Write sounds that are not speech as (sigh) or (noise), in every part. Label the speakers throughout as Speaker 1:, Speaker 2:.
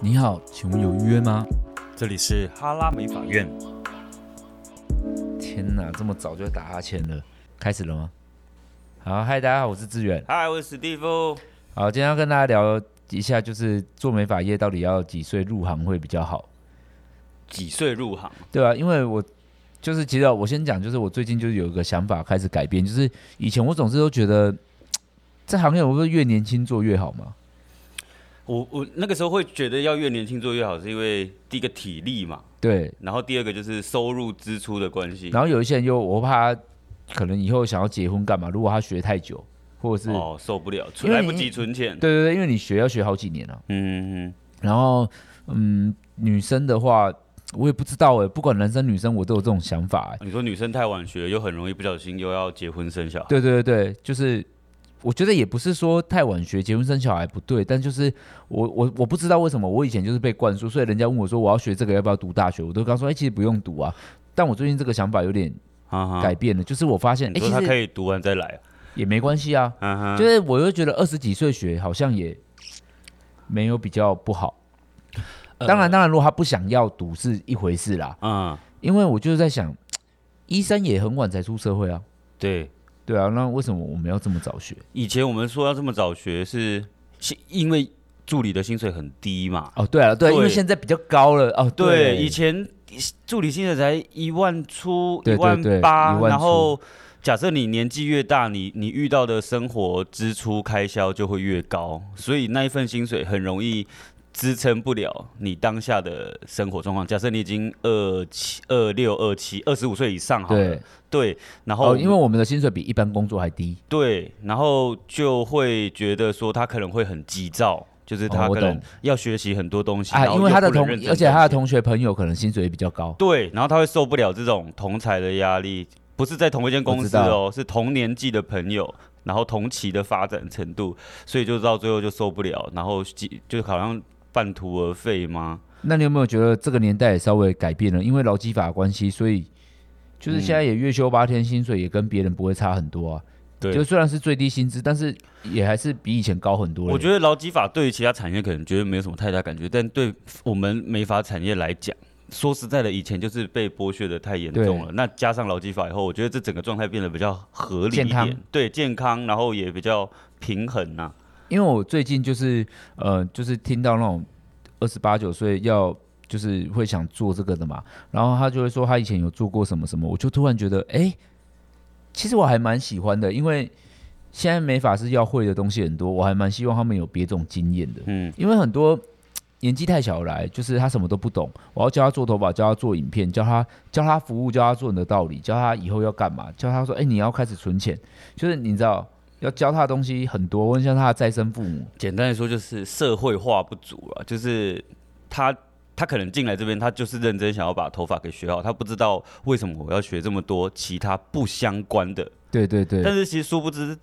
Speaker 1: 你好，请问有预约吗？
Speaker 2: 这里是哈拉美法院，
Speaker 1: 天哪，这么早就打哈欠了，开始了吗？好，嗨，大家好，我是志远。
Speaker 2: 嗨，我是史蒂夫。
Speaker 1: 好，今天要跟大家聊一下，就是做美发业到底要几岁入行会比较好，
Speaker 2: 几岁入行？
Speaker 1: 对啊，因为我就是其实啊我先讲，就是我最近就是有一个想法开始改变，就是以前我总是都觉得这行业我说越年轻做越好嘛，
Speaker 2: 我我那个时候会觉得要越年轻做越好，是因为第一个体力嘛，
Speaker 1: 对，
Speaker 2: 然后第二个就是收入支出的关系。
Speaker 1: 然后有一些人又我怕他可能以后想要结婚干嘛，如果他学太久，或者是、
Speaker 2: 哦，受不了，
Speaker 1: 因
Speaker 2: 存
Speaker 1: 为
Speaker 2: 来
Speaker 1: 你
Speaker 2: 不及存钱。
Speaker 1: 对对对，因为你学要学好几年啊，
Speaker 2: 嗯，嗯
Speaker 1: 然后，嗯，女生的话，我也不知道哎，不管男生女生，我都有这种想法哎。
Speaker 2: 嗯，你说女生太晚学，又很容易不小心又要结婚生小孩。
Speaker 1: 对对对，对就是我觉得也不是说太晚学结婚生小孩不对，但就是我我我不知道为什么我以前就是被灌输，所以人家问我说我要学这个要不要读大学，我都跟他说哎、其实不用读啊。但我最近这个想法有点
Speaker 2: 啊哈
Speaker 1: 改变了，就是我发现哎、
Speaker 2: 你
Speaker 1: 其
Speaker 2: 说他可
Speaker 1: 实
Speaker 2: 以读完再来。啊
Speaker 1: 也没关系啊，
Speaker 2: 嗯哼，
Speaker 1: 就是我又觉得二十几岁学好像也没有比较不好。当然，当然，如果他不想要读是一回事啦。
Speaker 2: 嗯，
Speaker 1: 因为我就是在想，医生也很晚才出社会啊，
Speaker 2: 对。
Speaker 1: 对啊，那为什么我们要这么早学？
Speaker 2: 以前我们说要这么早学是，是因为助理的薪水很低嘛。
Speaker 1: 哦，对啊，对啊，
Speaker 2: 对
Speaker 1: 因为现在比较高了哦，
Speaker 2: 对，以前助理薪水才一万出，
Speaker 1: 对
Speaker 2: 一
Speaker 1: 对对
Speaker 2: 万
Speaker 1: 一
Speaker 2: 八
Speaker 1: 万，出
Speaker 2: 然后假设你年纪越大，你你遇到的生活支出开销就会越高，所以那一份薪水很容易支撑不了你当下的生活状况。假设你已经二七、二六、二七、二十五岁以上好了
Speaker 1: 对，，
Speaker 2: 对，然后
Speaker 1: 哦，因为我们的薪水比一般工作还低，
Speaker 2: 对，然后就会觉得说他可能会很急躁。就是
Speaker 1: 哦
Speaker 2: 他
Speaker 1: 我
Speaker 2: 可能
Speaker 1: 懂
Speaker 2: 要学习很多东西，
Speaker 1: 啊，
Speaker 2: 然后
Speaker 1: 因为
Speaker 2: 又
Speaker 1: 他的
Speaker 2: 不能
Speaker 1: 同
Speaker 2: 认，真
Speaker 1: 而且他的
Speaker 2: 东西
Speaker 1: 同学朋友可能薪水也比较高，
Speaker 2: 对，然后他会受不了这种同才的压力，不是在同一间公司哦，是同年纪的朋友，然后同期的发展程度，所以就到最后就受不了，然后几就好像半途而废吗？
Speaker 1: 那你有没有觉得这个年代也稍微改变了？因为劳基法的关系，所以就是现在也月休八天，薪水也跟别人不会差很多啊。
Speaker 2: 对
Speaker 1: 就虽然是最低薪资，但是也还是比以前高很多了。
Speaker 2: 我觉得劳基法对于其他产业可能觉得没有什么太大感觉，但对我们美发产业来讲，说实在的，以前就是被剥削的太严重了。那加上劳基法以后，我觉得这整个状态变得比较合理一
Speaker 1: 健康
Speaker 2: 点，对健康，然后也比较平衡啊呐、
Speaker 1: 因为我最近就是呃，就是听到那种二十八九岁要就是会想做这个的嘛，然后他就会说他以前有做过什么什么，我就突然觉得，哎、其实我还蛮喜欢的，因为现在美发师要会的东西很多，我还蛮希望他们有别种经验的，
Speaker 2: 嗯，
Speaker 1: 因为很多。年纪太小来，就是他什么都不懂。我要教他做头发，教他做影片，教他教他服务，教他做你的道理，教他以后要干嘛，教他说：“哎、你要开始存钱。”就是你知道，要教他的东西很多，问一下他的再生父母。
Speaker 2: 简单来说就是社会化不足啊，就是他他可能进来这边，他就是认真想要把头发给学好，他不知道为什么我要学这么多其他不相关的，
Speaker 1: 对对对，
Speaker 2: 但是其实殊不知。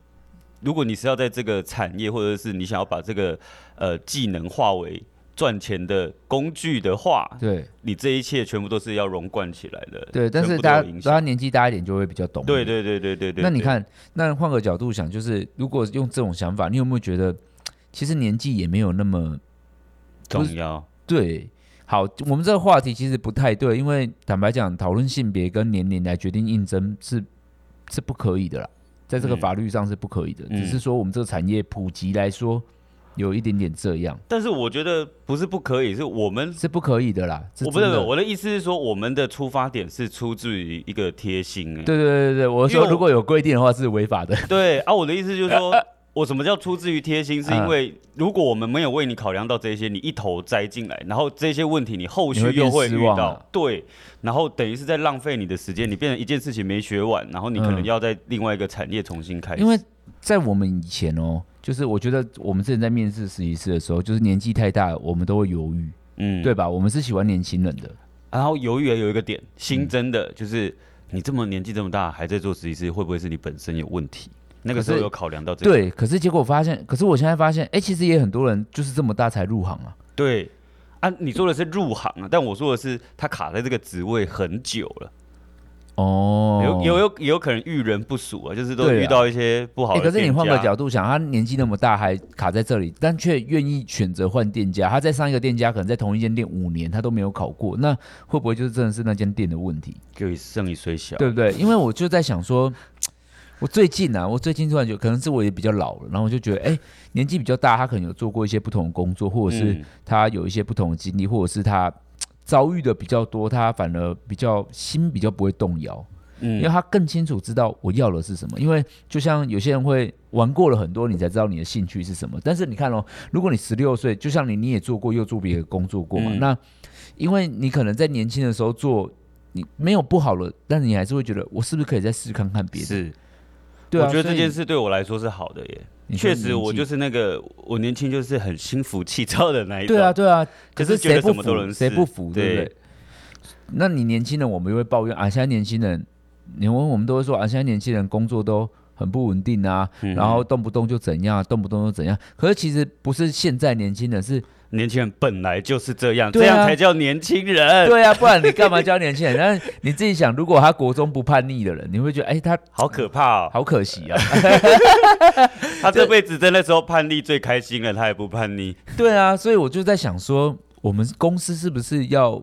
Speaker 2: 如果你是要在这个产业，或者是你想要把这个呃技能化为赚钱的工具的话，
Speaker 1: 对
Speaker 2: 你这一切全部都是要融贯起来的。
Speaker 1: 对，但
Speaker 2: 全
Speaker 1: 是
Speaker 2: 部都
Speaker 1: 大
Speaker 2: 有
Speaker 1: 家
Speaker 2: 影响
Speaker 1: 他年纪大一点就会比较懂。
Speaker 2: 对对对对对对。
Speaker 1: 那你
Speaker 2: 对，
Speaker 1: 看，那换个角度想，就是如果用这种想法，你有没有觉得，其实年纪也没有那么不是
Speaker 2: 重要
Speaker 1: 对？好，我们这个话题其实不太对，因为坦白讲，讨论性别跟年龄来决定应征是是不可以的啦，在这个
Speaker 2: 嗯
Speaker 1: 法律上是不可以的。只
Speaker 2: 嗯
Speaker 1: 是说我们这个产业普及来说，有一点点这样
Speaker 2: 但是我觉得不是不可以，是我们
Speaker 1: 是不可以的啦。是
Speaker 2: 我不
Speaker 1: 真
Speaker 2: 是
Speaker 1: 的
Speaker 2: 我的意思是说，我们的出发点是出自于一个贴心、欸，
Speaker 1: 对对对对，我
Speaker 2: 因为
Speaker 1: 说
Speaker 2: 我
Speaker 1: 如果有规定的话是违法的。
Speaker 2: 对啊，我的意思就是
Speaker 1: 呃
Speaker 2: 说，我什么叫出自于贴心，是因
Speaker 1: 啊
Speaker 2: 为如果我们没有为你考量到这些，你一头栽进来，然后这些问题你后续
Speaker 1: 你会变
Speaker 2: 又会
Speaker 1: 失
Speaker 2: 遇
Speaker 1: 望
Speaker 2: 到，
Speaker 1: 啊
Speaker 2: 对，然后等于是在浪费你的时间，你变成一件事情没学完，然后你可能
Speaker 1: 嗯
Speaker 2: 要在另外一个产业重新开始，
Speaker 1: 因为在我们以前哦，就是我觉得我们之前在面试实习师的时候，就是年纪太大，我们都会犹豫，
Speaker 2: 嗯
Speaker 1: 对。吧？嗯我们是喜欢年轻人的，
Speaker 2: 然后由于有一个点，新增的就是你这么年纪这么大还在做实习师，会不会是你本身有问题？那个时候
Speaker 1: 可是
Speaker 2: 有考量到这个，
Speaker 1: 对。可是结果发现，可是我现在发现，哎，其实也很多人就是这么大才入行啊。
Speaker 2: 对啊，你说的是入行啊，但我说的是他卡在这个职位很久了。
Speaker 1: 哦，
Speaker 2: 有有有有可能遇人不淑啊，就是都
Speaker 1: 对啊
Speaker 2: 遇到一些不好
Speaker 1: 哎、可
Speaker 2: 的、
Speaker 1: 是你换个，角度想，他年纪那么大还卡在这里，但却愿意选择换店家。他在上一个店家可能在同一间店五年，他都没有考过，那会不会就是真的是那间店的问题，
Speaker 2: 就胜于虽小。
Speaker 1: 对不对？因为我就在想说，我最近啊，我最近突然觉得，可能是我也比较老了，然后我就觉得，哎、年纪比较大，他可能有做过一些不同的工作，或
Speaker 2: 嗯，
Speaker 1: 者是他有一些不同的经历，或者是他遭遇的比较多，他反而比较心比较不会动摇。因为
Speaker 2: 嗯，
Speaker 1: 他更清楚知道我要的是什么。因为就像有些人会玩过了很多，你才知道你的兴趣是什么。但是你看哦，如果你十六岁，就像你你也做过又做别的工作过嘛，
Speaker 2: 嗯
Speaker 1: 那因为你可能在年轻的时候做。你没有不好了，但你还是会觉得我是不是可以再试看看别的？
Speaker 2: 是，
Speaker 1: 对啊，
Speaker 2: 我觉得
Speaker 1: 所以
Speaker 2: 这件事对我来说是好的耶。
Speaker 1: 你说
Speaker 2: 确实，
Speaker 1: 年
Speaker 2: 我
Speaker 1: 纪
Speaker 2: 就是那个我年轻就是很心浮气躁的那一种。
Speaker 1: 对啊，，对啊。可
Speaker 2: 就
Speaker 1: 是
Speaker 2: 是觉得
Speaker 1: 谁不
Speaker 2: 什么都能
Speaker 1: 服？谁
Speaker 2: 试
Speaker 1: 不服？对不
Speaker 2: 对
Speaker 1: 对？那你年轻人，我们就会抱怨啊，现在年轻人，你问我们都会说啊，现在年轻人工作都很不稳定啊，
Speaker 2: 嗯
Speaker 1: 然后动不动就怎样，动不动就怎样。可是其实不是现在年轻人，
Speaker 2: (laughs)
Speaker 1: 是
Speaker 2: 年轻人本来就是这样，
Speaker 1: 对
Speaker 2: 这
Speaker 1: 啊
Speaker 2: 样才叫年轻人。
Speaker 1: 对啊，不然你干嘛教年轻人？ (laughs) 但是你自己想，如果他国中不叛逆的人，你会觉得哎、他
Speaker 2: 好可怕哦！
Speaker 1: 好可惜啊。
Speaker 2: (laughs) 他这辈子在那时候叛逆最开心了，他也不叛逆，
Speaker 1: 对啊，所以我就在想说，我们公司是不是要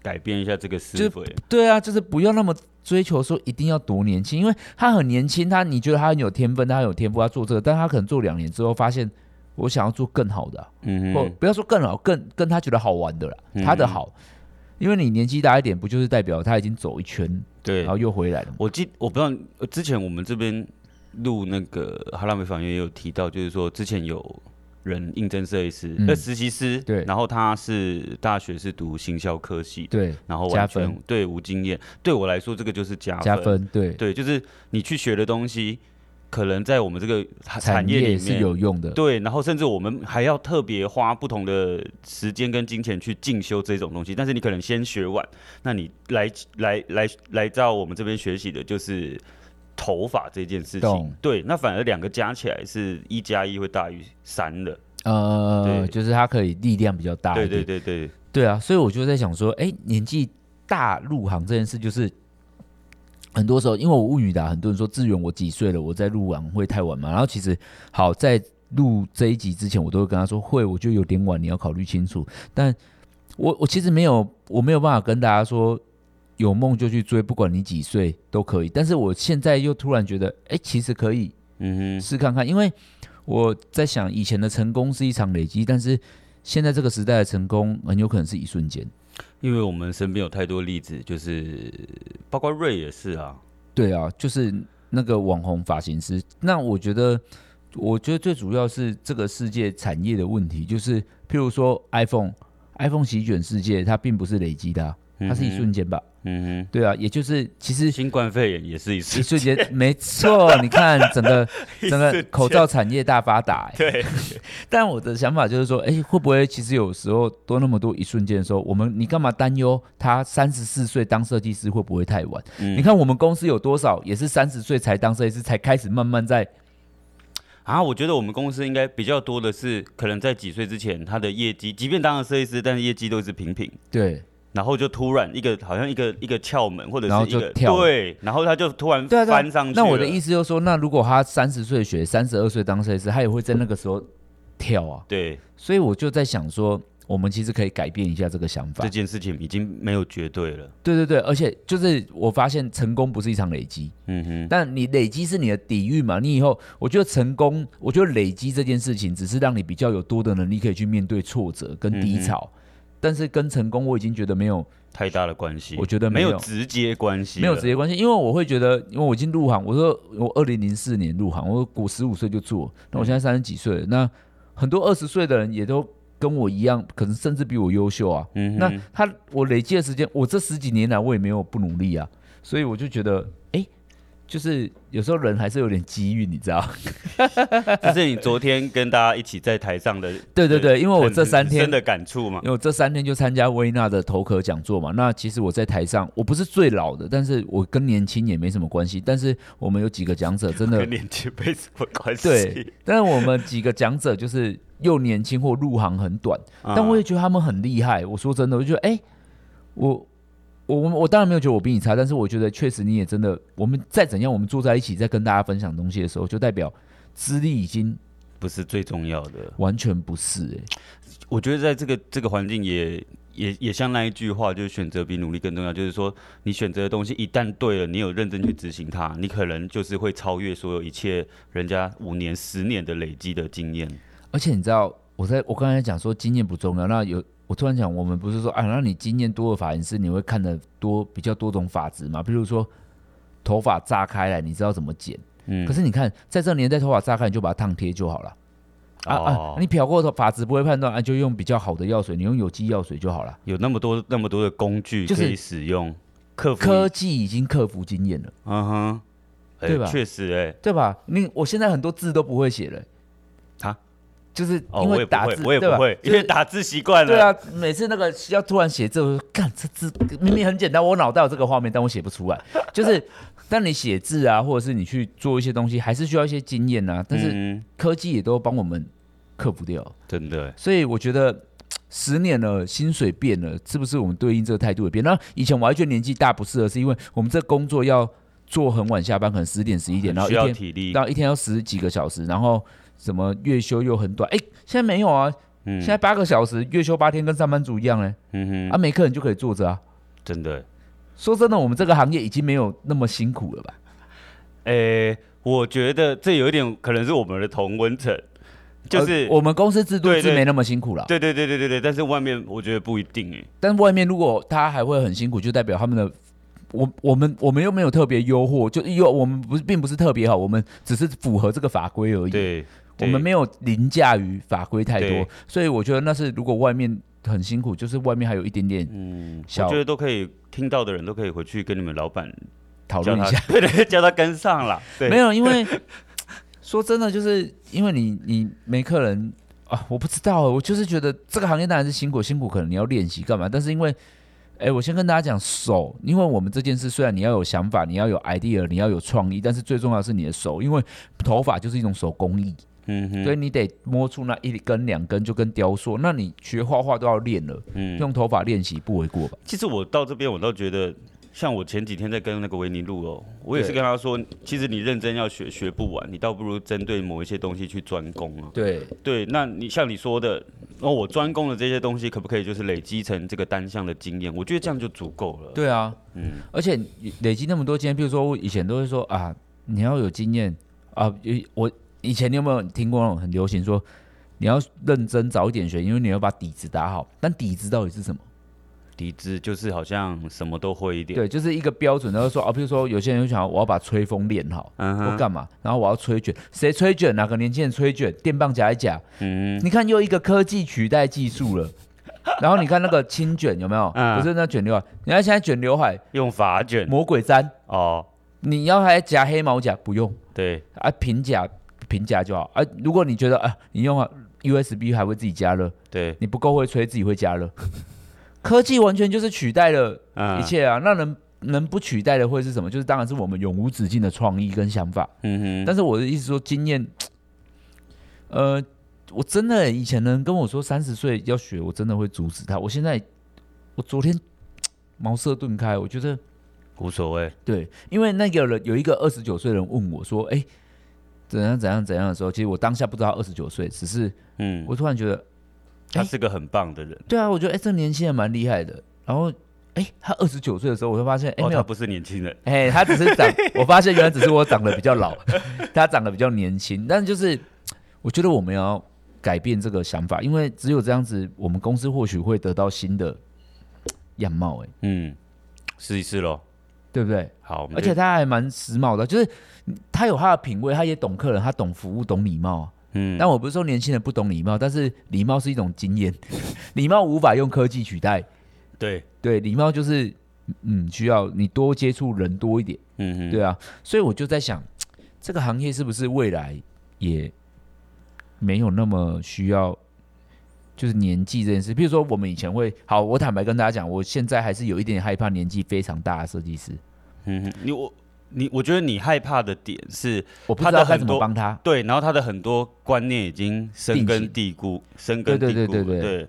Speaker 2: 改变一下这个思
Speaker 1: 就
Speaker 2: 维。
Speaker 1: 对啊，就是不要那么追求说一定要多年轻，因为他很年轻，他你觉得他很有天分，他很有天赋，他做这个，但他可能做两年之后发现，我想要做更好的啊、
Speaker 2: 嗯
Speaker 1: 或
Speaker 2: 哼，
Speaker 1: 不要说更好，更跟他觉得好玩的啦，他的
Speaker 2: 嗯
Speaker 1: 好，因为你年纪大一点，不就是代表他已经走一圈，
Speaker 2: 对
Speaker 1: 然，后又回来了吗？
Speaker 2: 我记我不知道呃之前我们这边录那个哈拉美法院也有提到，就是说之前有人应征设计师，
Speaker 1: 嗯
Speaker 2: 那、实习师
Speaker 1: 对
Speaker 2: 然后他是大学是读行销科系，
Speaker 1: 对，
Speaker 2: 然后
Speaker 1: 加
Speaker 2: 完全
Speaker 1: 分
Speaker 2: 对无经验，对我来说这个就是加分，
Speaker 1: 加分，对，
Speaker 2: 对，就是你去学的东西，可能在我们这个产
Speaker 1: 产
Speaker 2: 产业里
Speaker 1: 业
Speaker 2: 面
Speaker 1: 是有用的，
Speaker 2: 对，然后甚至我们还要特别花不同的时间跟金钱去进修这种东西，但是你可能先学完，那你来来来来到我们这边学习的就是头发这件事
Speaker 1: 懂
Speaker 2: 情，对，那反而两个加起来是一加一会大于三的，
Speaker 1: 呃
Speaker 2: 对，
Speaker 1: 就是他可以力量比较大一
Speaker 2: 对
Speaker 1: 点，
Speaker 2: 对对对，
Speaker 1: 对啊，所以我就在想说，哎，年纪大入行这件事，就是很多时候，因为我物语的啊、很多人说志远我几岁了，我在入行会太晚嘛。然后其实好在录这一集之前，我都会跟他说会，我觉得有点晚，你要考虑清楚。但我我其实没有，我没有办法跟大家说。有梦就去追，不管你几岁都可以。但是我现在又突然觉得，哎、其实可以
Speaker 2: 嗯哼，
Speaker 1: 试看看，因为我在想，以前的成功是一场累积，但是现在这个时代的成功很有可能是一瞬间。
Speaker 2: 因为我们身边有太多例子，就是包括瑞也是啊，
Speaker 1: 对啊，就是那个网红发型师。那我觉得，我觉得最主要是这个世界产业的问题，就是譬如说 iPhone，iPhone 席卷世界，它并不是累积的啊、它是一瞬间吧？
Speaker 2: 嗯
Speaker 1: 对啊，也就是其实
Speaker 2: 哼，新冠肺炎也是一
Speaker 1: 一
Speaker 2: 次，
Speaker 1: 瞬间，没错，你看整个整
Speaker 2: (laughs)
Speaker 1: 个口罩产业大发达、欸。
Speaker 2: 对，
Speaker 1: (laughs) 但我的想法就是说，哎、会不会其实有时候多那么多一瞬间的时候，我们你干嘛担忧他三十四岁当设计师会不会太晚？
Speaker 2: 嗯
Speaker 1: 你看我们公司有多少也是三十岁才当设计师，才开始慢慢在
Speaker 2: 啊，我觉得我们公司应该比较多的是，可能在几岁之前，他的业绩，即便当了设计师，但是业绩都是平平，
Speaker 1: 对
Speaker 2: 然后就突然一个好像一个一个窍门，或者
Speaker 1: 然后
Speaker 2: 是一
Speaker 1: 就
Speaker 2: 个
Speaker 1: 跳了
Speaker 2: 对，然后他就突然
Speaker 1: 对啊对啊
Speaker 2: 翻上去
Speaker 1: 那我的意
Speaker 2: 思，
Speaker 1: 思就是说，那如果他三十岁学，三十二岁当设计师，他也会在那个时候跳啊。
Speaker 2: 对
Speaker 1: 所以我就在想说，我们其实可以改变一下这个想法
Speaker 2: 这。件事情已经没有绝对了，
Speaker 1: 对对对，而且就是我发现成功不是一场累积，
Speaker 2: 嗯哼，
Speaker 1: 但你累积是你的底蕴嘛。你以后，我觉得成功，我觉得累积这件事情，只是让你比较有多的能力可以去面对挫折跟低
Speaker 2: 嗯
Speaker 1: 潮。但是跟成功，我已经觉得没有
Speaker 2: 太大的关系，
Speaker 1: 我觉得
Speaker 2: 没
Speaker 1: 没有
Speaker 2: 直接关系，
Speaker 1: 没有直，
Speaker 2: (laughs)
Speaker 1: 接关系，因为我会觉得，因为我已经入行，我说我二零零四年入行，我我十五岁就做，那我
Speaker 2: 嗯
Speaker 1: 现在三十几岁了，那很多二十岁的人也都跟我一样，可能甚至比我优秀啊。
Speaker 2: 嗯
Speaker 1: 那
Speaker 2: 哼，
Speaker 1: 他我累积的时间，我这十几年来我也没有不努力啊，所以我就觉得，哎、就是有时候人还是有点机遇，你知道？
Speaker 2: 这是你昨天跟大家一起在台上的，
Speaker 1: (laughs) 对对对因为我这三天
Speaker 2: 真的感触嘛
Speaker 1: 因，为我这三天就参加薇娜的头壳讲座嘛，那其实我在台上我不是最老的，但是我跟年轻也没什么关系，但是我们有几个讲者真的
Speaker 2: (laughs) 跟年纪没什么关系，
Speaker 1: 对，但是我们几个讲者就是又年轻或入行很短，
Speaker 2: 啊，
Speaker 1: 但我也觉得他们很厉害。我说真的，我就觉得哎、我我我我当然没有觉得我比你差，但是我觉得确实你也真的，我们再怎样，我们坐在一起在跟大家分享东西的时候，就代表资历已经
Speaker 2: 不是最重要的。
Speaker 1: 完全不是、欸。
Speaker 2: 我觉得在这个这个环境也也也像那一句话，就是选择比努力更重要。就是说，你选择的东西一旦对了，你有认真去执行它，你可能就是会超越所有一切人家五年、十年的累积的经验。
Speaker 1: 而且你知道，我在我刚才讲说经验不重要，那有我突然讲，我们不是说啊，那你经验多的发型师，你会看的多比较多种发质嘛？比如说头发炸开来，你知道怎么剪，
Speaker 2: 嗯，
Speaker 1: 可是你看在这个年代，头发炸开你就把它烫贴就好了。啊、
Speaker 2: 哦
Speaker 1: 啊！你漂过头发质不会判断啊，就用比较好的药水，你用有机药水就好了。
Speaker 2: 有那么多那么多的工具
Speaker 1: 就是
Speaker 2: 可以使用，克服
Speaker 1: 科技已经克服经验了，
Speaker 2: 嗯哼，哎
Speaker 1: 对吧
Speaker 2: 确实、哎，
Speaker 1: 对吧？你我现在很多字都不会写了、
Speaker 2: 啊
Speaker 1: 就是
Speaker 2: 哦，
Speaker 1: 因
Speaker 2: 我
Speaker 1: 为
Speaker 2: 也不
Speaker 1: 打
Speaker 2: 会
Speaker 1: 字，，
Speaker 2: 我也
Speaker 1: 对
Speaker 2: 不
Speaker 1: 吧
Speaker 2: 会，
Speaker 1: 就
Speaker 2: 因
Speaker 1: 是
Speaker 2: 为打字习惯了。
Speaker 1: 对，啊，每次那个要突然写字，我说干这字明明很简单，我脑袋有这个画面，但我写不出来。 (laughs) 就是当你写字啊，或者是你去做一些东西，还是需要一些经验啊。但是
Speaker 2: 嗯、
Speaker 1: 科技也都帮我们克服掉，
Speaker 2: 真的哎
Speaker 1: 所以我觉得。十年了，薪水变了，是不是我们对应这个态度也变？那以前我还觉得年纪大不适合，是因为我们这工作要做很晚下班，可能十点十一点，然后一
Speaker 2: 需要
Speaker 1: 天
Speaker 2: 体力，
Speaker 1: 到一天要十几个小时，然后什么月休又很短。哎、现在没有啊，
Speaker 2: 嗯
Speaker 1: 现在八个小时，月休八天，跟上班族一样哎、
Speaker 2: 嗯
Speaker 1: 啊，
Speaker 2: 哼，
Speaker 1: 没客人就可以坐着啊。
Speaker 2: 真的。哎
Speaker 1: 说真的，我们这个行业已经没有那么辛苦了吧？
Speaker 2: 诶、我觉得这有一点可能是我们的同温层，就是、
Speaker 1: 呃我们公司制度
Speaker 2: 对
Speaker 1: 是
Speaker 2: 对
Speaker 1: 没那么辛苦了，
Speaker 2: 对对对对对对，但是外面我觉得不一定诶、
Speaker 1: 但外面如果他还会很辛苦，就代表他们的。我我们我们又没有特别优惑，就又我们不是并不是特别好，我们只是符合这个法规而已。
Speaker 2: 对，
Speaker 1: 我们没有凌驾于法规太多
Speaker 2: 对，
Speaker 1: 所以我觉得那是如果外面很辛苦，就是外面还有一点点
Speaker 2: 嗯，我
Speaker 1: 小
Speaker 2: 觉得都可以听到的人都可以回去跟你们老板
Speaker 1: 讨
Speaker 2: 叫
Speaker 1: 论一
Speaker 2: 他
Speaker 1: 下。，
Speaker 2: 对 (laughs) 对，叫他跟上啦。对，
Speaker 1: 没有，因
Speaker 2: (laughs)
Speaker 1: 为说真的，就是因为你你没客人啊，我不知道，我就是觉得这个行业当然是辛苦，辛苦可能你要练习干嘛，但是因为，哎，我先跟大家讲手，因为我们这件事虽然你要有想法，你要有 idea，你要有创意，但是最重要的是你的手，因为头发就是一种手工艺，
Speaker 2: 嗯哼，
Speaker 1: 所以你得摸出那一根两根就跟雕塑，那你学画画都要练了，
Speaker 2: 嗯，
Speaker 1: 用头发练习不为过吧？
Speaker 2: 其实我到这边，我倒觉得，像我前几天在跟那个维尼录哦，我也是
Speaker 1: 对
Speaker 2: 跟他说，其实你认真要学，学不完，你倒不如针对某一些东西去专攻啊。
Speaker 1: 对，
Speaker 2: 对，那你像你说的，哦，我专攻的这些东西，可不可以就是累积成这个单项的经验？我觉得这样就足够了。，
Speaker 1: 对啊，
Speaker 2: 嗯，
Speaker 1: 而且你累积那么多经验，比如说我以前都会说啊，你要有经验啊。有我以前你有没有听过那种很流行说，你要认真早一点学，因为你要把底子打好。但底子到底是什么？
Speaker 2: 底子就是好像什么都会一点。，
Speaker 1: 对，就是一个标准。然后说啊，比如说有些人就想要我要把吹风练好，
Speaker 2: 嗯
Speaker 1: 我
Speaker 2: 哼，
Speaker 1: 干嘛？然后我要吹卷，谁吹卷？哪个年轻人吹卷？电棒夹一夹，
Speaker 2: 嗯
Speaker 1: 你看又一个科技取代技术了。然后你看那个轻卷有没有？
Speaker 2: 嗯
Speaker 1: 不是那卷刘海，你看现在卷刘海，
Speaker 2: 用发卷
Speaker 1: 魔鬼粘，
Speaker 2: 哦，
Speaker 1: 你要还夹黑毛夹，不用。
Speaker 2: 对，
Speaker 1: 啊，平夹平夹就好。啊，如果你觉得啊，你用啊 USB 还会自己加热，
Speaker 2: 对，
Speaker 1: 你不够会吹，自己会加热。 (laughs) 科技完全就是取代了
Speaker 2: 嗯
Speaker 1: 一切啊，那能能不取代的会是什么？就是当然是我们永无止境的创意跟想法。
Speaker 2: 嗯哼，
Speaker 1: 但是我的意思说，经验，呃，我真的以前人跟我说三十岁要学，我真的会阻止他。我现在，我昨天茅塞顿开，我觉得
Speaker 2: 无所谓。
Speaker 1: 对，因为那个人有一个二十九岁的人问我说：“哎、怎样怎样怎样的时候，其实我当下不知道二十九岁，只是
Speaker 2: 嗯，
Speaker 1: 我突然觉得，
Speaker 2: 他是个很棒的人。
Speaker 1: 对啊，我觉得哎、这年轻人蛮厉害的。然后，哎、他二十九岁的时候，我就发现，哎、
Speaker 2: 哦，
Speaker 1: 没
Speaker 2: 他
Speaker 1: 有，
Speaker 2: 不是年轻人。
Speaker 1: 哎、他只是长，我发现原来只是我长得比较老， (laughs) 他长得比较年轻。但就是，我觉得我们要改变这个想法，因为只有这样子，我们公司或许会得到新的样貌、哎，
Speaker 2: 嗯，试一试喽。
Speaker 1: 对不对？
Speaker 2: 好，我们
Speaker 1: 而
Speaker 2: 就
Speaker 1: 且他还蛮时髦的，就是他有他的品味，他也懂客人，他懂服务，懂礼貌啊。
Speaker 2: 嗯，
Speaker 1: 但我不是说年轻人不懂礼貌，但是礼貌是一种经验， (laughs) 礼貌无法用科技取代。
Speaker 2: 对，
Speaker 1: 对，礼貌就是嗯，需要你多接触人多一点，
Speaker 2: 嗯哼，
Speaker 1: 对啊。所以我就在想，这个行业是不是未来也没有那么需要？就是年纪这件事，比如说我们以前会好，我坦白跟大家讲，我现在还是有一点害怕年纪非常大的设计师，
Speaker 2: 嗯哼，你我你，我觉得你害怕的点是
Speaker 1: 我不
Speaker 2: 他
Speaker 1: 知
Speaker 2: 的
Speaker 1: 道该
Speaker 2: 很
Speaker 1: 怎么
Speaker 2: 多
Speaker 1: 帮他。
Speaker 2: 对，然后他的很多观念已经深根蒂固，深根蒂固
Speaker 1: 对对对对
Speaker 2: 对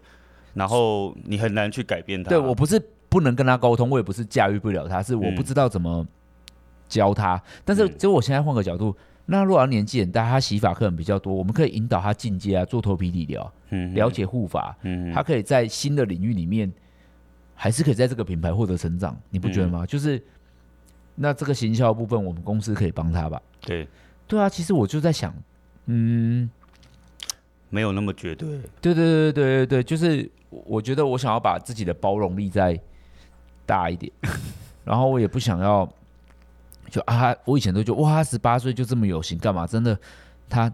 Speaker 2: 然后你很难去改变它。
Speaker 1: 对，我不是不不能跟他沟通，我也不是驾驭不了他，是我不知道怎么教他。但是，
Speaker 2: 嗯
Speaker 1: 就我现在换个角度，那如果他年纪很大，他洗法课程比较多，我们可以引导他进阶啊，做头皮理疗，
Speaker 2: 嗯
Speaker 1: 了，解护法，
Speaker 2: 嗯
Speaker 1: 他可以在新的领域里面，还是可以在这个品牌获得成长，你不
Speaker 2: 嗯
Speaker 1: 觉得吗？就是那这个行销的部分，我们公司可以帮他吧？
Speaker 2: 对，
Speaker 1: 对啊，其实我就在想，嗯，
Speaker 2: 没有那么绝对，
Speaker 1: 对对对对对对，就是我我觉得我想要把自己的包容力再大一点，然后我也不想要就啊，我以前都觉得哇，十八岁就这么有型，干嘛？真的，他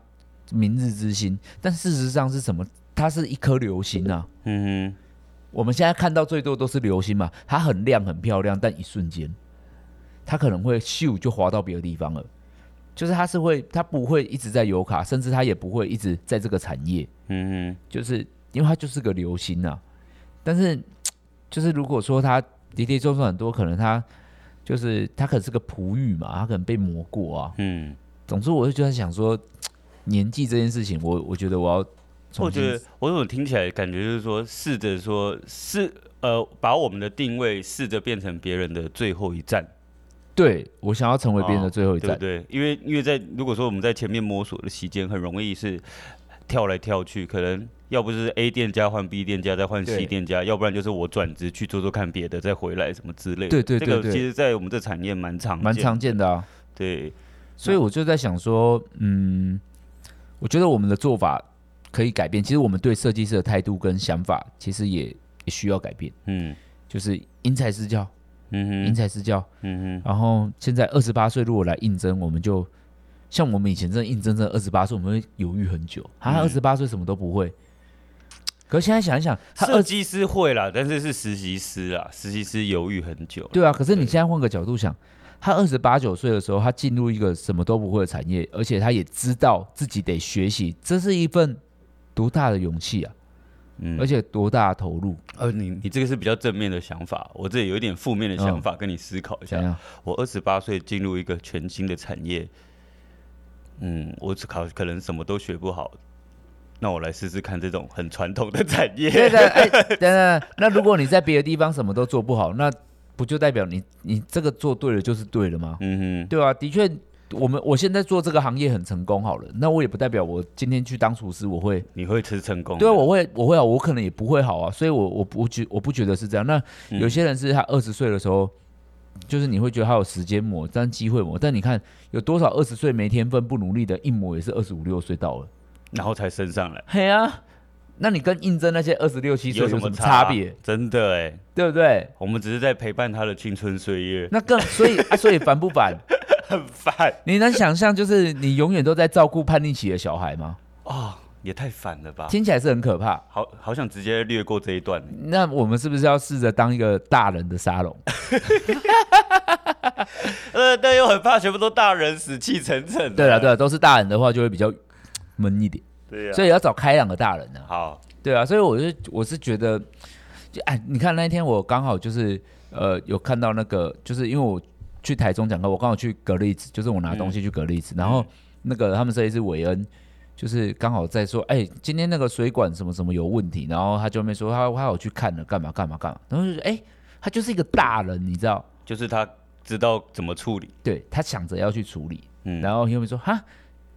Speaker 1: 明日之星，但事实上是什么？它是一颗流星啊。
Speaker 2: 嗯
Speaker 1: 我们现在看到最多都是流星嘛，它很亮很漂亮，但一瞬间，它可能会咻就滑到别的地方了。就是它是会，它不会一直在油卡，甚至它也不会一直在这个产业。
Speaker 2: 哼，嗯
Speaker 1: 就是因为它就是个流星啊。但是就是如果说它跌跌撞撞很多，可能它就是它可能是个璞玉嘛，它可能被磨过啊
Speaker 2: 哼，。嗯，
Speaker 1: 总之，我就就在想说，年纪这件事情，我我觉得我要重
Speaker 2: 我
Speaker 1: 新，
Speaker 2: 觉得我怎么听起来感觉就是说，试着说是呃，把我们的定位试着变成别人的最后一站。
Speaker 1: 对我想要成为别人的最后一站。
Speaker 2: 啊对不对？因为因为在如果说我们在前面摸索的期间，很容易是跳来跳去，可能要不是 A 店家换 B 店家，再换 C
Speaker 1: 对
Speaker 2: 店家，要不然就是我转职去做做看别的，再回来什么之类的。
Speaker 1: 对对对
Speaker 2: 这个
Speaker 1: 对
Speaker 2: 其实，在我们这产业蛮常
Speaker 1: 蛮
Speaker 2: 见
Speaker 1: 常见的啊。
Speaker 2: 对，
Speaker 1: 所以我就在想说，嗯，我觉得我们的做法可以改变。其实我们对设计师的态度跟想法，其实也也需要改变，
Speaker 2: 嗯
Speaker 1: 就是因材施教，因
Speaker 2: 嗯哼
Speaker 1: 材施教。
Speaker 2: 嗯哼
Speaker 1: 然后现在二十八岁如果来应征，我们就像我们以前真的应征，真的二十八岁我们会犹豫很久，他二十八岁什么都不会。可是现在想一想，他
Speaker 2: 设
Speaker 1: 二
Speaker 2: 计师会啦，但是是实习师啦，实习师犹豫很久。
Speaker 1: 对啊，可是你
Speaker 2: 对
Speaker 1: 现在换个角度想，他二十八九岁的时候，他进入一个什么都不会的产业，而且他也知道自己得学习，这是一份多大的勇气啊！
Speaker 2: 嗯
Speaker 1: 而且多大的投入，
Speaker 2: 呃，你你这个是比较正面的想法，我这里有一点负面的想
Speaker 1: 嗯
Speaker 2: 法，跟你思考一下
Speaker 1: 想。要
Speaker 2: 我二十八岁进入一个全新的产业，嗯，我只考可能什么都学不好，那我来试试看这种很传统的产
Speaker 1: 对
Speaker 2: 业。
Speaker 1: 的，哎，等等，那如果你在别的地方什么都做不好，那不就代表你你这个做对了就是对了吗？
Speaker 2: (laughs) 嗯
Speaker 1: 对啊，的确，我们我现在做这个行业很成功好了，那我也不代表我今天去当厨师我会
Speaker 2: 哼，你会吃成功的。
Speaker 1: 对啊，我会我会好，我可能也不会好啊，所以我我不觉我不觉得是这样。那
Speaker 2: 嗯
Speaker 1: 有些人是他二十岁的时候，就是你会觉得他有时间磨，但机会磨。但你看有多少二十岁没天分不努力的，一磨也是二十五六岁到了。
Speaker 2: 然后才升上来，
Speaker 1: 嘿啊，那你跟应征那些二十六七岁有什
Speaker 2: 什么
Speaker 1: 么差
Speaker 2: 啊
Speaker 1: 别？？
Speaker 2: 真的哎，
Speaker 1: 对不对？
Speaker 2: 我们只是在陪伴他的青春
Speaker 1: (laughs)
Speaker 2: 岁月，
Speaker 1: 那更所以、啊、所以烦不烦？
Speaker 2: 很烦
Speaker 1: 你能想象就是你永远都在照顾叛逆期的小孩吗？
Speaker 2: 哦，也太烦了吧！
Speaker 1: 听起来是很可怕。
Speaker 2: 好好想直接略过这一段，
Speaker 1: 那我们是不是要试着当一个大人的沙龙？
Speaker 2: 呃，但又很怕全部都大人死气沉沉的。
Speaker 1: 对啊了对了，都是大人的话就会比较闷一点，
Speaker 2: 对啊呀，
Speaker 1: 所以要找开朗的大人啊。
Speaker 2: 好，
Speaker 1: 对啊，所以我就我是觉得，就哎，你看那一天我刚好就是呃有看到那个，就是因为我去台中讲课，我刚好去格力兹，就是我拿东西去格力兹，然后那个他们设计师韦恩。就是刚好在说，哎、今天那个水管什么什么有问题，然后他就没说他他有去看了，干嘛干嘛干嘛，然后就觉得，哎、他就是一个大人，你知道，
Speaker 2: 就是他知道怎么处理，
Speaker 1: 对他想着要去处理，
Speaker 2: 嗯，
Speaker 1: 然后 Humi 说：“哈，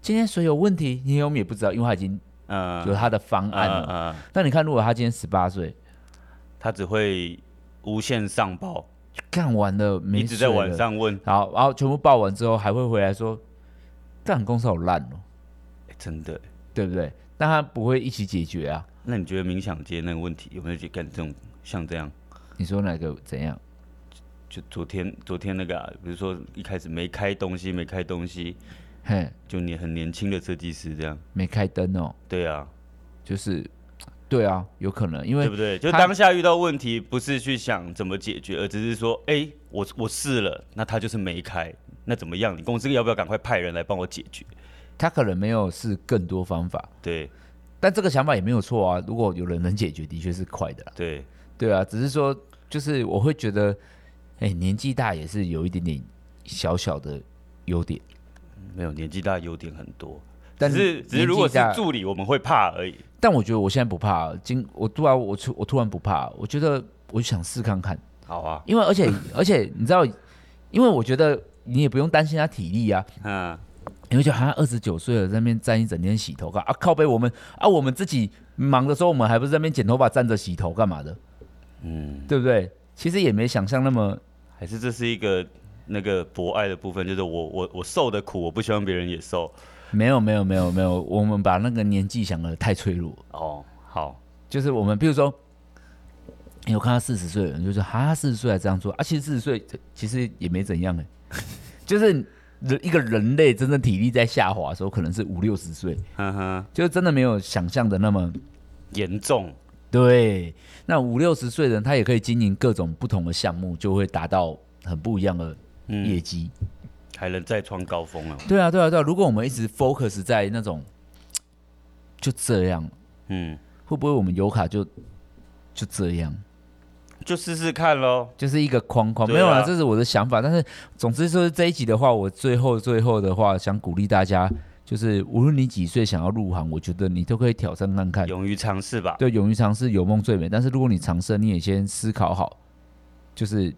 Speaker 1: 今天水有问题。” Humi 也不知道，因为他已经
Speaker 2: 嗯
Speaker 1: 有他的方案了。
Speaker 2: 嗯嗯
Speaker 1: 那你看，如果他今天十八岁，
Speaker 2: 他只会无限上报，
Speaker 1: 干完了没
Speaker 2: 一直在
Speaker 1: 水
Speaker 2: 晚
Speaker 1: 了，
Speaker 2: 上问，
Speaker 1: 然后然后全部报完之后，还会回来说：“干公司好烂哦，
Speaker 2: 诶欸真的。
Speaker 1: 对不对？”但他不会一起解决啊。
Speaker 2: 那你觉得冥想街那个问题有没有去干这种像这样？
Speaker 1: 你说哪个怎样？
Speaker 2: 就昨天昨天那个、啊，比如说一开始没开东西，没开东西，
Speaker 1: 嘿，
Speaker 2: 就你很年轻的设计师这样，
Speaker 1: 没开灯哦，
Speaker 2: 对啊，
Speaker 1: 就是，对啊，有可能，因
Speaker 2: 对
Speaker 1: 为
Speaker 2: 不对？就
Speaker 1: 他
Speaker 2: 当下遇到问题，不是去想怎么解决，而只是说，哎、我我试了，那他就是没开，那怎么样？你公司要不要赶快派人来帮我解决？
Speaker 1: 他可能没有是更多方法，
Speaker 2: 对
Speaker 1: 但这个想法也没有错啊。如果有人能解决，的确是快的啦。
Speaker 2: 对，
Speaker 1: 对啊，只是说，就是我会觉得，哎、年纪大也是有一点点小小的优点，
Speaker 2: 没有年纪大优点很多，
Speaker 1: 但
Speaker 2: 只是只是
Speaker 1: 年
Speaker 2: 如果
Speaker 1: 纪
Speaker 2: 是
Speaker 1: 大
Speaker 2: 助理，我们会怕而已。
Speaker 1: 啊但我觉得我现在不怕，今我突然我突我突然不怕，我觉得我想试看看，
Speaker 2: 好啊，
Speaker 1: 因为而且而且你知道，因为我觉得你也不用担心他体力啊，
Speaker 2: 嗯，
Speaker 1: 你会觉得他二十九岁了，在那边站一整天洗头干啊？靠背我们啊，我们自己忙的时候，我们还不是在那边剪头发、站着洗头干嘛的？嗯，对不对？其实也没想象那么
Speaker 2: 还是这是一个那个博爱的部分，就是我我我受的苦，我不希望别人也受。
Speaker 1: 没有没有没有没有，我们把那个年纪想的太脆弱，
Speaker 2: 哦，好，
Speaker 1: 就是我们比如说，欸我看他四十岁的人，就是哈四十岁还这样做啊，其实四十岁其实也没怎样哎、就是人一个人类真正体力在下滑的时候，可能是五六十岁，
Speaker 2: 哼哼，
Speaker 1: 就是真的没有想象的那么。
Speaker 2: 严重，
Speaker 1: 对，那五六十岁的人，他也可以经营各种不同的项目，就会达到很不一样的业
Speaker 2: 嗯，
Speaker 1: 绩。
Speaker 2: 还能再创高峰啊，
Speaker 1: 对啊，对啊，对啊。如果我们一直 focus 在那种就这样，
Speaker 2: 嗯，
Speaker 1: 会不会我们油卡就就这样，
Speaker 2: 就试试看喽。
Speaker 1: 就是一个框框？
Speaker 2: 对啊
Speaker 1: 没有啦，这是我的想法。但是总之就是这一集的话，我最后最后的话，想鼓励大家，就是无论你几岁想要入行，我觉得你都可以挑战看看。
Speaker 2: 勇于尝试吧。
Speaker 1: 对，勇于尝试，有梦最美。但是如果你尝试了，你也先思考好，就是。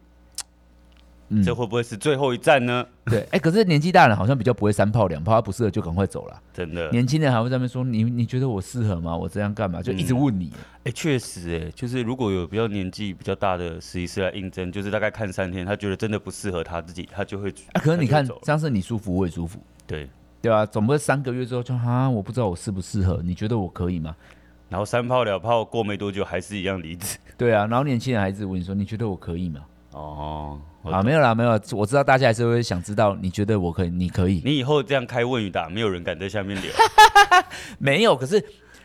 Speaker 1: 嗯
Speaker 2: 这会不会是最后一站呢？
Speaker 1: 对，哎、可是年纪大人好像比较不会三炮两炮，他不适合就赶快走了。
Speaker 2: 真的，
Speaker 1: 年轻人还会在那边说你你觉得我适合吗？我这样干嘛？就一直
Speaker 2: 嗯
Speaker 1: 问你。
Speaker 2: 哎，确实，哎，就是如果有比较年纪比较大的实习师来应征，就是大概看三天，他觉得真的不适合他自己，他就会
Speaker 1: 啊，可是你
Speaker 2: 他
Speaker 1: 看
Speaker 2: 就会走了
Speaker 1: 这样是你舒服，我也舒服，
Speaker 2: 对。
Speaker 1: 对吧、总不会三个月之后就哈，我不知道我适不适合，你觉得我可以吗？
Speaker 2: 然后三炮两炮过没多久还是一样离职。
Speaker 1: 对啊，然后年轻人还一直问你说你觉得我可以吗？
Speaker 2: 哦，我
Speaker 1: 啊，没有啦，没有，我知道大家还是会想知道你觉得我可以，你可以
Speaker 2: 你以后这样开问与答，没有人敢在下
Speaker 1: (laughs)
Speaker 2: 面留。
Speaker 1: 没有？可是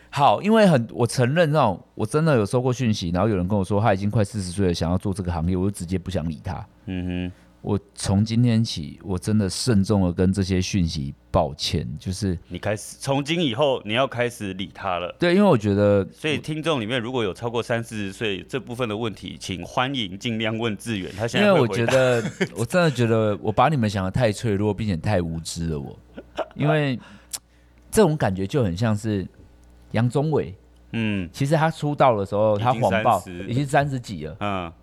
Speaker 1: 好，因为很我承认那种我真的有收过讯息，然后有人跟我说他已经快四十岁了，想要做这个行业，我就直接不想理他。
Speaker 2: 嗯
Speaker 1: 我从今天起，我真的慎重的跟这些讯息抱歉，就是
Speaker 2: 哼，你开始从今以后你要开始理他了。
Speaker 1: 对，因为我觉得
Speaker 2: 所以听众里面如果有超过三四十岁这部分的问题，请欢迎尽量问志远，他现
Speaker 1: 因
Speaker 2: 在
Speaker 1: 为
Speaker 2: 会
Speaker 1: 我
Speaker 2: 回
Speaker 1: 觉
Speaker 2: 答
Speaker 1: 得，我真的觉得我把你们想的太脆弱，并且太无知了我。因为这种感觉就很像是杨宗纬，
Speaker 2: 嗯
Speaker 1: 其实他出道的时候，
Speaker 2: 已
Speaker 1: 他
Speaker 2: 经
Speaker 1: 谎报
Speaker 2: 30
Speaker 1: 已经三十几了，
Speaker 2: 嗯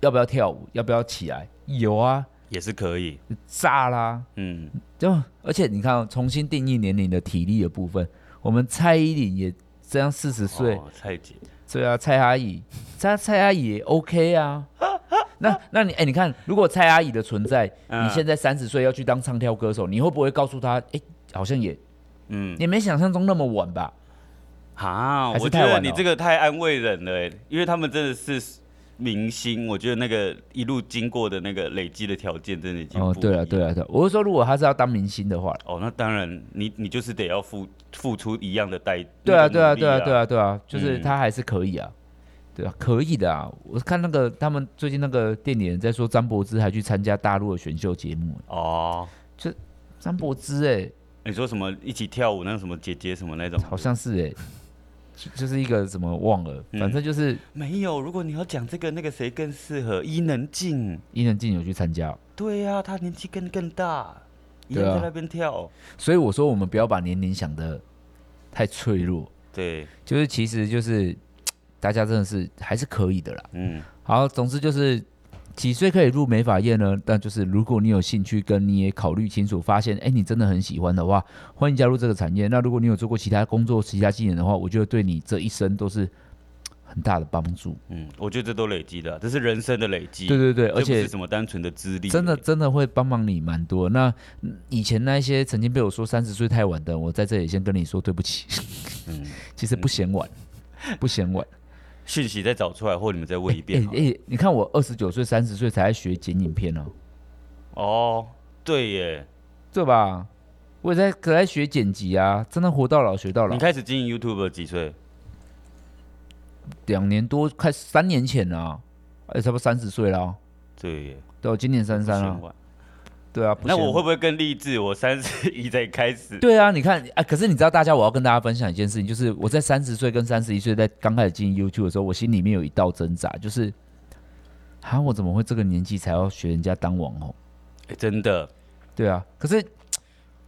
Speaker 1: 要不要跳舞？要不要起来？有啊，
Speaker 2: 也是可以，
Speaker 1: 炸啦！
Speaker 2: 嗯
Speaker 1: 就而且你看哦，重新定义年龄的体力的部分，我们蔡依林也这样四十岁，
Speaker 2: 哦蔡姐
Speaker 1: 对啊，蔡阿姨，蔡蔡阿姨也 OK 啊。那那你哎、你看，如果蔡阿姨的存在，
Speaker 2: 嗯
Speaker 1: 你现在三十岁要去当唱跳歌手，你会不会告诉她，哎、好像也
Speaker 2: 嗯
Speaker 1: 也没想象中那么晚吧？
Speaker 2: 啊，
Speaker 1: 还是
Speaker 2: 我觉
Speaker 1: 太晚了
Speaker 2: 得你这个太安慰人了欸，因为他们真的是。明星，我觉得那个一路经过的那个累积的条件，真的已经
Speaker 1: 哦，
Speaker 2: 不
Speaker 1: 对
Speaker 2: 一
Speaker 1: 了
Speaker 2: 样
Speaker 1: 对了对了，我是说，如果她是要当明星的话，
Speaker 2: 哦，那当然，你你就是得要付付出一样的代，
Speaker 1: 对啊
Speaker 2: 那个
Speaker 1: 对啊
Speaker 2: 努力
Speaker 1: 对啊对，啊对啊，就是
Speaker 2: 嗯
Speaker 1: 她还是可以啊，对啊，可以的啊。我看那个他们最近那个电影人在说，张柏芝还去参加大陆的选秀节目、
Speaker 2: 哦，
Speaker 1: 张柏芝哎、
Speaker 2: 你说什么一起跳舞那个什么姐姐什么那种，
Speaker 1: 好像是哎、就就是一个什么忘了，
Speaker 2: 嗯
Speaker 1: 反正就是。
Speaker 2: 没有。如果你要讲这个，那个谁更适合？伊能静，
Speaker 1: 伊能静有去参加哦，
Speaker 2: 对呀、啊，她年纪更更大，一
Speaker 1: 对啊
Speaker 2: 样在那边跳，
Speaker 1: 所呃以我说我们不要把年龄想的太脆弱，
Speaker 2: 对，
Speaker 1: 就是其实就是大家真的是还是可以的啦。
Speaker 2: 嗯，
Speaker 1: 好，总之就是几岁可以入美发业呢？但就是如果你有兴趣，跟你也考虑清楚，发现哎你真的很喜欢的话，欢迎加入这个产业。那如果你有做过其他工作、其他技能的话，我觉得对你这一生都是很大的帮助。
Speaker 2: 嗯，我觉得这都累积的啊，这是人生的累积，
Speaker 1: 对对对，
Speaker 2: 这
Speaker 1: 而
Speaker 2: 不
Speaker 1: 且
Speaker 2: 是什么单纯的资历，
Speaker 1: 真的，真的会帮忙你蛮多。那嗯以前那一些曾经被我说三十岁太晚的，我在这里先跟你说对不起。 (laughs)
Speaker 2: 嗯，
Speaker 1: 其实不嫌晚，不嫌
Speaker 2: (laughs)
Speaker 1: 晚。
Speaker 2: 讯息再找出来，或你们再问一遍
Speaker 1: 哎
Speaker 2: 好了、
Speaker 1: 哎、你看我二十九岁、三十岁才在学剪影片哦，
Speaker 2: 哦，对耶，
Speaker 1: 对吧？我也在可在学剪辑啊，真的活到老学到老
Speaker 2: 你。开始经营 YouTube 几岁？
Speaker 1: 两年多，快三年前了、啊，哎、差不多三十岁了、啊。
Speaker 2: 对耶，
Speaker 1: 对，我今年三啊
Speaker 2: 不
Speaker 1: 十三
Speaker 2: 嫌
Speaker 1: 了。
Speaker 2: 晚
Speaker 1: 对啊，不
Speaker 2: 那
Speaker 1: 嫌
Speaker 2: 我
Speaker 1: 晚
Speaker 2: 会不会更励志？我三十一再开始。
Speaker 1: 对啊，你看啊，可是你知道，大家我要跟大家分享一件事情，就是我在三十岁跟三十一岁在刚开始进 YouTube 的时候，我心里面有一道挣扎，就是，啊，我怎么会这个年纪才要学人家当网红？
Speaker 2: 诶哎真的，
Speaker 1: 对啊，可是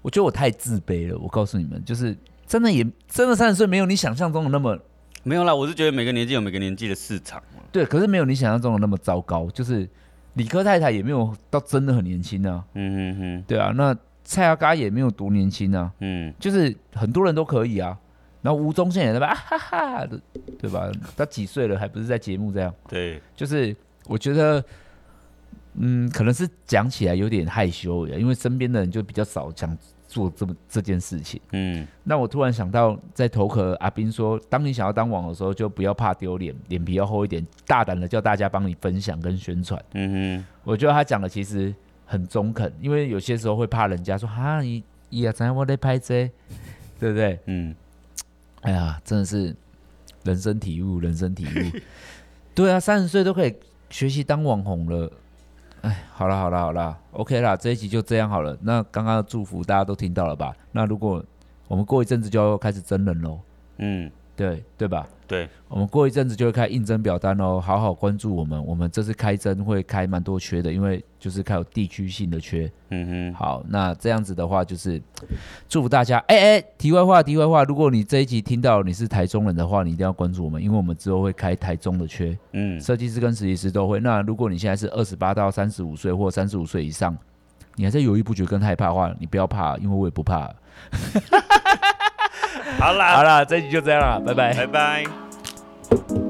Speaker 1: 我觉得我太自卑了。我告诉你们，就是真的也真的三十岁没有你想象中的那么
Speaker 2: 没有啦，我是觉得每个年纪有每个年纪的市场。
Speaker 1: 对，可是没有你想象中的那么糟糕，就是理科太太也没有到真的很年轻啊，
Speaker 2: 嗯哼哼，
Speaker 1: 对啊，那蔡阿嘎也没有多年轻啊，
Speaker 2: 嗯，
Speaker 1: 就是很多人都可以啊。然后吴宗宪也在那边啊哈哈的，对吧？他几岁了，还不是在节目这样？
Speaker 2: 对，
Speaker 1: 就是我觉得，嗯，可能是讲起来有点害羞而已啊，因为身边的人就比较少想做这么这件事情。
Speaker 2: 嗯，
Speaker 1: 那我突然想到，在头壳阿斌说，当你想要当网红的时候，就不要怕丢脸，脸皮要厚一点，大胆的叫大家帮你分享跟宣传。
Speaker 2: 嗯
Speaker 1: 我觉得他讲的其实很中肯，因为有些时候会怕人家说哈，你你也在我在拍这，对不对
Speaker 2: 哼，？嗯，
Speaker 1: 哎呀，真的是人生体悟，人生体悟。 (laughs) 对啊，三十岁都可以学习当网红了。哎，好啦好啦好啦 o、k 啦，这一集就这样好了。那刚刚的祝福大家都听到了吧？那如果我们过一阵子就要开始真人喽，
Speaker 2: 嗯，
Speaker 1: 对对吧？
Speaker 2: 对，
Speaker 1: 我们过一阵子就会开应征表单哦，好好关注我们。我们这次开征会开蛮多缺的，因为就是开有地区性的缺。
Speaker 2: 嗯哼，
Speaker 1: 好，那这样子的话就是祝福大家。哎、哎、题外话，题外话，如果你这一集听到你是台中人的话，你一定要关注我们，因为我们之后会开台中的缺，
Speaker 2: 嗯，
Speaker 1: 设计师跟实习师都会。那如果你现在是二十八到三十五岁或三十五岁以上，你还在犹豫不决跟害怕的话，你不要怕，因为我也不怕。
Speaker 2: 好啦，
Speaker 1: 好啦，这一集就这样了，拜拜。
Speaker 2: 拜拜。